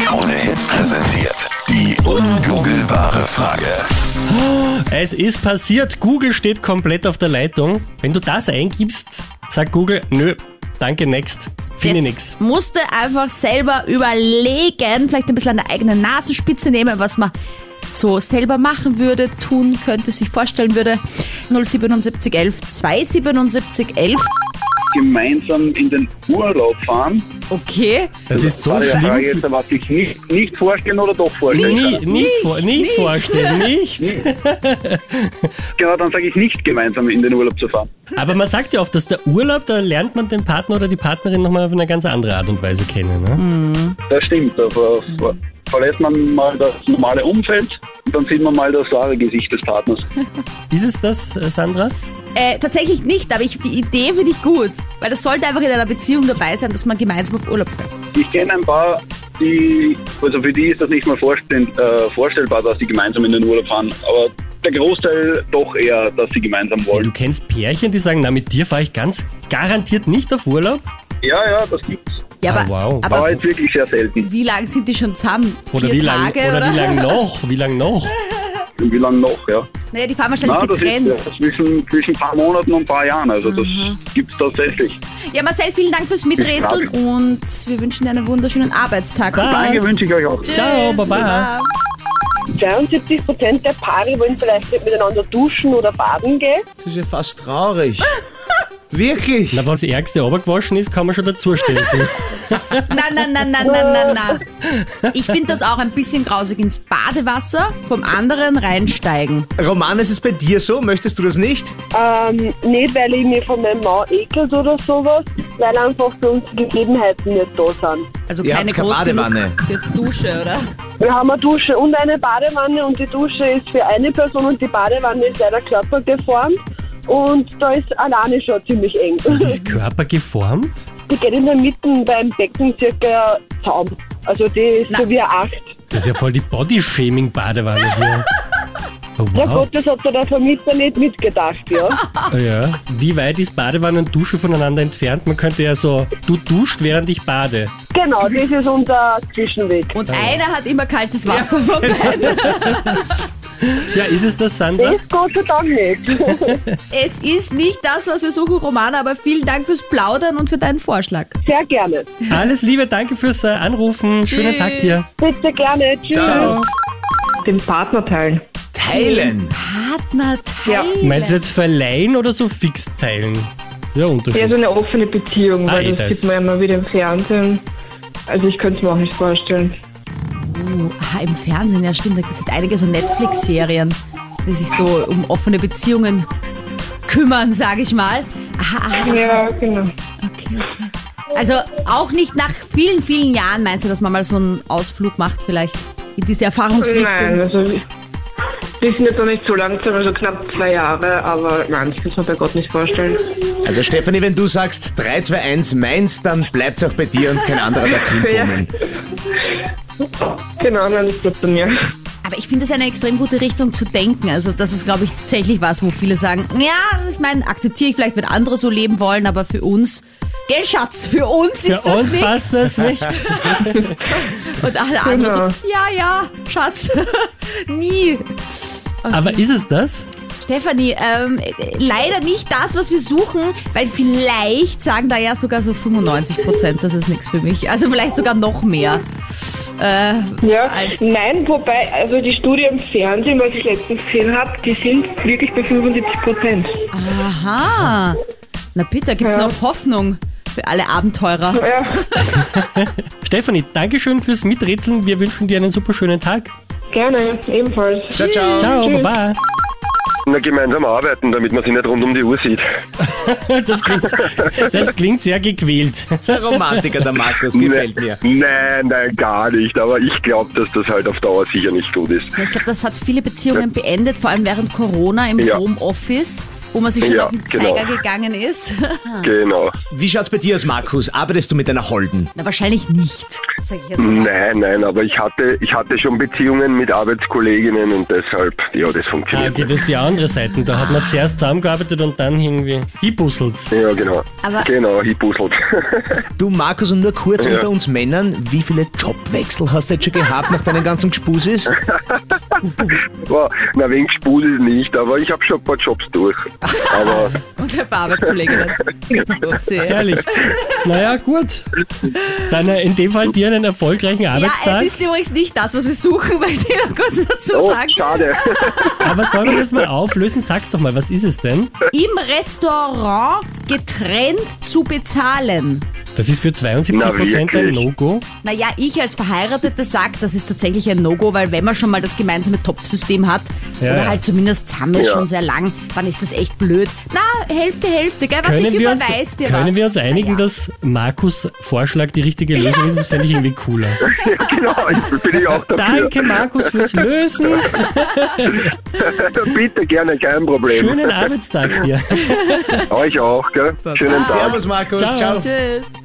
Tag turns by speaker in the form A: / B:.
A: Welt präsentiert. Die ungoogelbare Frage.
B: Es ist passiert, Google steht komplett auf der Leitung. Wenn du das eingibst, sagt Google, nö, danke, next, finde
C: Jetzt
B: nix.
C: musste einfach selber überlegen, vielleicht ein bisschen an der eigenen Nasenspitze nehmen, was man so selber machen würde, tun könnte, sich vorstellen würde. 07711 27711.
D: gemeinsam in den Urlaub fahren.
C: Okay.
B: Das ist so
D: War die Frage
B: schlimm.
D: jetzt, was ich nicht, nicht vorstellen oder doch vorstellen
B: Nie,
D: kann.
B: nicht, vor, nicht, vorstellen, nicht.
D: Genau, dann sage ich nicht gemeinsam in den Urlaub zu fahren.
B: Aber man sagt ja oft, dass der Urlaub, da lernt man den Partner oder die Partnerin nochmal auf eine ganz andere Art und Weise kennen. Ne?
D: Das stimmt. Da ver- ver- verlässt man mal das normale Umfeld und dann sieht man mal das wahre Gesicht des Partners.
B: Ist es das, äh, Sandra?
C: Äh, tatsächlich nicht, aber ich, die Idee finde ich gut. Weil das sollte einfach in einer Beziehung dabei sein, dass man gemeinsam auf Urlaub fährt.
D: Ich kenne ein paar, die, also für die ist das nicht mal vorstell, äh, vorstellbar, dass sie gemeinsam in den Urlaub fahren. Aber der Großteil doch eher, dass sie gemeinsam
B: Du
D: wollen.
B: kennst Pärchen, die sagen, na, mit dir fahre ich ganz garantiert nicht auf Urlaub.
D: Ja, ja, das gibt's.
C: Ja,
B: Ah,
C: aber,
B: wow.
C: aber
D: Aber jetzt wirklich sehr selten.
C: wie lange sind die schon zusammen?
B: Oder
C: Vier
B: wie lange
C: Tage,
B: oder wie lange noch? Wie lange noch?
D: Und wie lange noch, ja?
C: Naja, die fahren wahrscheinlich
D: das
C: getrennt. Mhm.
D: ist ja, zwischen, zwischen ein paar Monaten und ein paar Jahren. Also das gibt's tatsächlich.
C: Ja, Marcel, vielen Dank fürs Miträtseln und wir wünschen dir einen wunderschönen Arbeitstag.
B: Bye.
D: Danke wünsche ich euch auch.
B: Ciao,
C: Tschüss,
B: baba.
C: baba.
E: 72 Prozent der Paare wollen vielleicht nicht miteinander duschen oder baden gehen.
F: Das ist ja fast traurig. Wirklich?
B: Na, wenn das Ärgste runtergewaschen ist, kann man schon dazustehen.
C: Na, na, na, na, na, na, na. Ich finde das auch ein bisschen grausig ins Badewasser vom anderen reinsteigen.
F: Roman, ist es bei dir so? Möchtest du das nicht?
E: Ähm, nicht, weil ich mir von meinem Mann ekelt oder sowas, weil einfach bei uns die Gegebenheiten nicht da sind.
C: Also
F: Ihr
C: keine
F: habt keine
C: groß genug
F: Badewanne.
C: für Dusche, oder?
E: Wir haben eine Dusche und eine Badewanne und die Dusche ist für eine Person und die Badewanne ist leider körpergeformt. Und da ist alleine schon ziemlich eng.
B: Die ist körpergeformt?
E: Die geht in der Mitte beim Becken circa Zaum. Also die ist
C: Na.
E: so wie eine Acht.
B: Das ist ja voll die Body-Shaming-Badewanne hier. Oh,
E: Na
B: wow.
E: Gott, das hat da der Vermisster nicht mitgedacht, ja.
B: Ja. Wie weit ist Badewanne und Dusche voneinander entfernt? Man könnte ja so, du duscht, während ich bade.
E: Genau, das ist unser Zwischenweg.
C: Und einer hat immer kaltes Wasser vom beiden.
B: Ja, ist es das, Sandra?
E: Das Gott sei Dank nicht.
C: Es ist nicht das, was wir suchen, Romana, aber vielen Dank fürs Plaudern und für deinen Vorschlag.
E: Sehr gerne.
B: Alles Liebe, danke fürs äh, Anrufen. Schönen
C: Tschüss.
B: Tag dir.
E: Bitte gerne. Tschüss.
F: Ciao.
G: Den Partner teilen.
F: Teilen.
C: Partner teilen.
B: Meinst du jetzt verleihen oder so fix teilen? Ja,
G: Ja, so
B: Unterschied.
G: eine offene Beziehung,
B: Ah, eh,
G: weil
B: da
G: das
B: ist-
G: sieht man ja immer wieder im Fernsehen. Also ich könnte es mir auch nicht vorstellen.
C: Oh, ah, Im Fernsehen, ja stimmt, da gibt es jetzt einige so Netflix-Serien, die sich so um offene Beziehungen kümmern, sage ich mal. Aha, aha,
G: Ja, genau.
C: okay, okay. Also auch nicht nach vielen, vielen Jahren meinst du, dass man mal so einen Ausflug macht vielleicht in diese Erfahrungsrichtung?
G: Nein, also wir wir sind jetzt noch nicht so langsam, also knapp zwei Jahre, aber nein, ich kann es mir bei Gott nicht vorstellen.
F: Also Stefanie, wenn du sagst 3, 2, 1 meins, dann bleibt's auch bei dir und kein anderer darf hinfummeln.
G: Genau, nein, das bleibt bei mir.
C: Aber ich finde das eine extrem gute Richtung zu denken. Also das ist, glaube ich, tatsächlich was, wo viele sagen, ja, ich meine, akzeptiere ich vielleicht, wenn andere so leben wollen, aber für uns, gell Schatz, für uns
B: Für
C: ist das
B: uns
C: nichts.
B: passt das nicht.
C: Und alle anderen
G: Genau.
C: so, ja, ja, Schatz, nie.
B: Aber ist es das?
C: Stefanie, ähm, äh, leider nicht das, was wir suchen, weil vielleicht sagen da ja sogar so 95 Prozent, das ist nichts für mich. Also vielleicht sogar noch mehr. Äh,
G: Ja,
C: Als-
G: nein, wobei, also die Studie im Fernsehen, was ich letztens gesehen habe, die sind wirklich bei 75 Prozent.
C: aha. Na bitte, gibt's
G: Ja.
C: noch Hoffnung für alle Abenteurer.
G: Ja,
B: Stefanie, Dankeschön fürs Miträtseln. Wir wünschen dir einen super schönen Tag.
G: gerne, ebenfalls.
F: Ciao, ciao.
B: Ciao,
G: Tschüss.
B: baba.
H: Na, gemeinsam arbeiten, damit man sich nicht rund um die Uhr sieht.
B: Das klingt, das klingt sehr gequält.
F: So ein Romantiker, der Markus, gefällt mir.
H: Nein, nein, gar nicht. Aber ich glaube, dass das halt auf Dauer sicher nicht gut ist.
C: Ich glaube, das hat viele Beziehungen beendet, vor allem während Corona im
H: Ja.
C: Homeoffice. wo man sich schon
H: Ja,
C: auf den
H: genau.
C: Zeiger gegangen ist.
H: Genau.
F: Wie schaut's bei dir aus, Markus? Arbeitest du mit einer Holden?
C: Na, wahrscheinlich nicht, sag ich jetzt mal.
H: Nein, nein, aber ich hatte, ich hatte schon Beziehungen mit Arbeitskolleginnen und deshalb, ja, das
B: Ah,
H: funktioniert.
B: okay, das ist die andere Seite. Da hat man zuerst zusammengearbeitet und dann irgendwie hinbusselt.
H: Ja, genau.
C: Aber-
H: genau, ich puzzelt.
F: Du, Markus, und nur kurz
H: Ja.
F: unter uns Männern, wie viele Jobwechsel hast du jetzt schon gehabt nach deinen ganzen Gspusis?
H: Wow, na, wegen Spul ist nicht, aber ich habe schon ein paar Jobs durch. Aber
C: Und ein paar Arbeitskolleginnen. Upsi.
B: Ehrlich. Naja, gut. Dann äh, in dem Fall dir einen erfolgreichen
C: Ja,
B: Arbeitstag.
C: es ist übrigens nicht das, was wir suchen, weil ich dir noch kurz dazu
H: oh,
C: sagen.
H: schade.
B: Aber sollen wir es jetzt mal auflösen? Sag's doch mal, was ist es denn?
C: Im Restaurant getrennt zu bezahlen.
B: Das ist für 72%
H: Na, wirklich?
B: ein No-Go.
C: Naja, ich als Verheiratete sag, das ist tatsächlich ein No-Go, weil wenn man schon mal das gemeinsame Topfsystem hat,
B: Ja,
C: oder
B: ja.
C: halt zumindest zusammen ist
H: Ja.
C: schon sehr lang, dann ist das echt blöd. Na, Hälfte, Hälfte, gell? Warte, ich
B: Können wir, uns,
C: überweis dir
B: können
C: was.
B: wir uns einigen,
C: Naja.
B: dass Markus Vorschlag die richtige Lösung ist? Das fände ich irgendwie cooler.
H: genau, ich bin ich auch dafür.
B: Danke, Markus, fürs Lösen.
H: Bitte gerne, kein Problem.
B: Schönen Arbeitstag dir.
H: Euch auch, gell? Schönen Tag.
F: Servus, Markus.
B: Ciao.
F: Ciao.
C: Tschüss.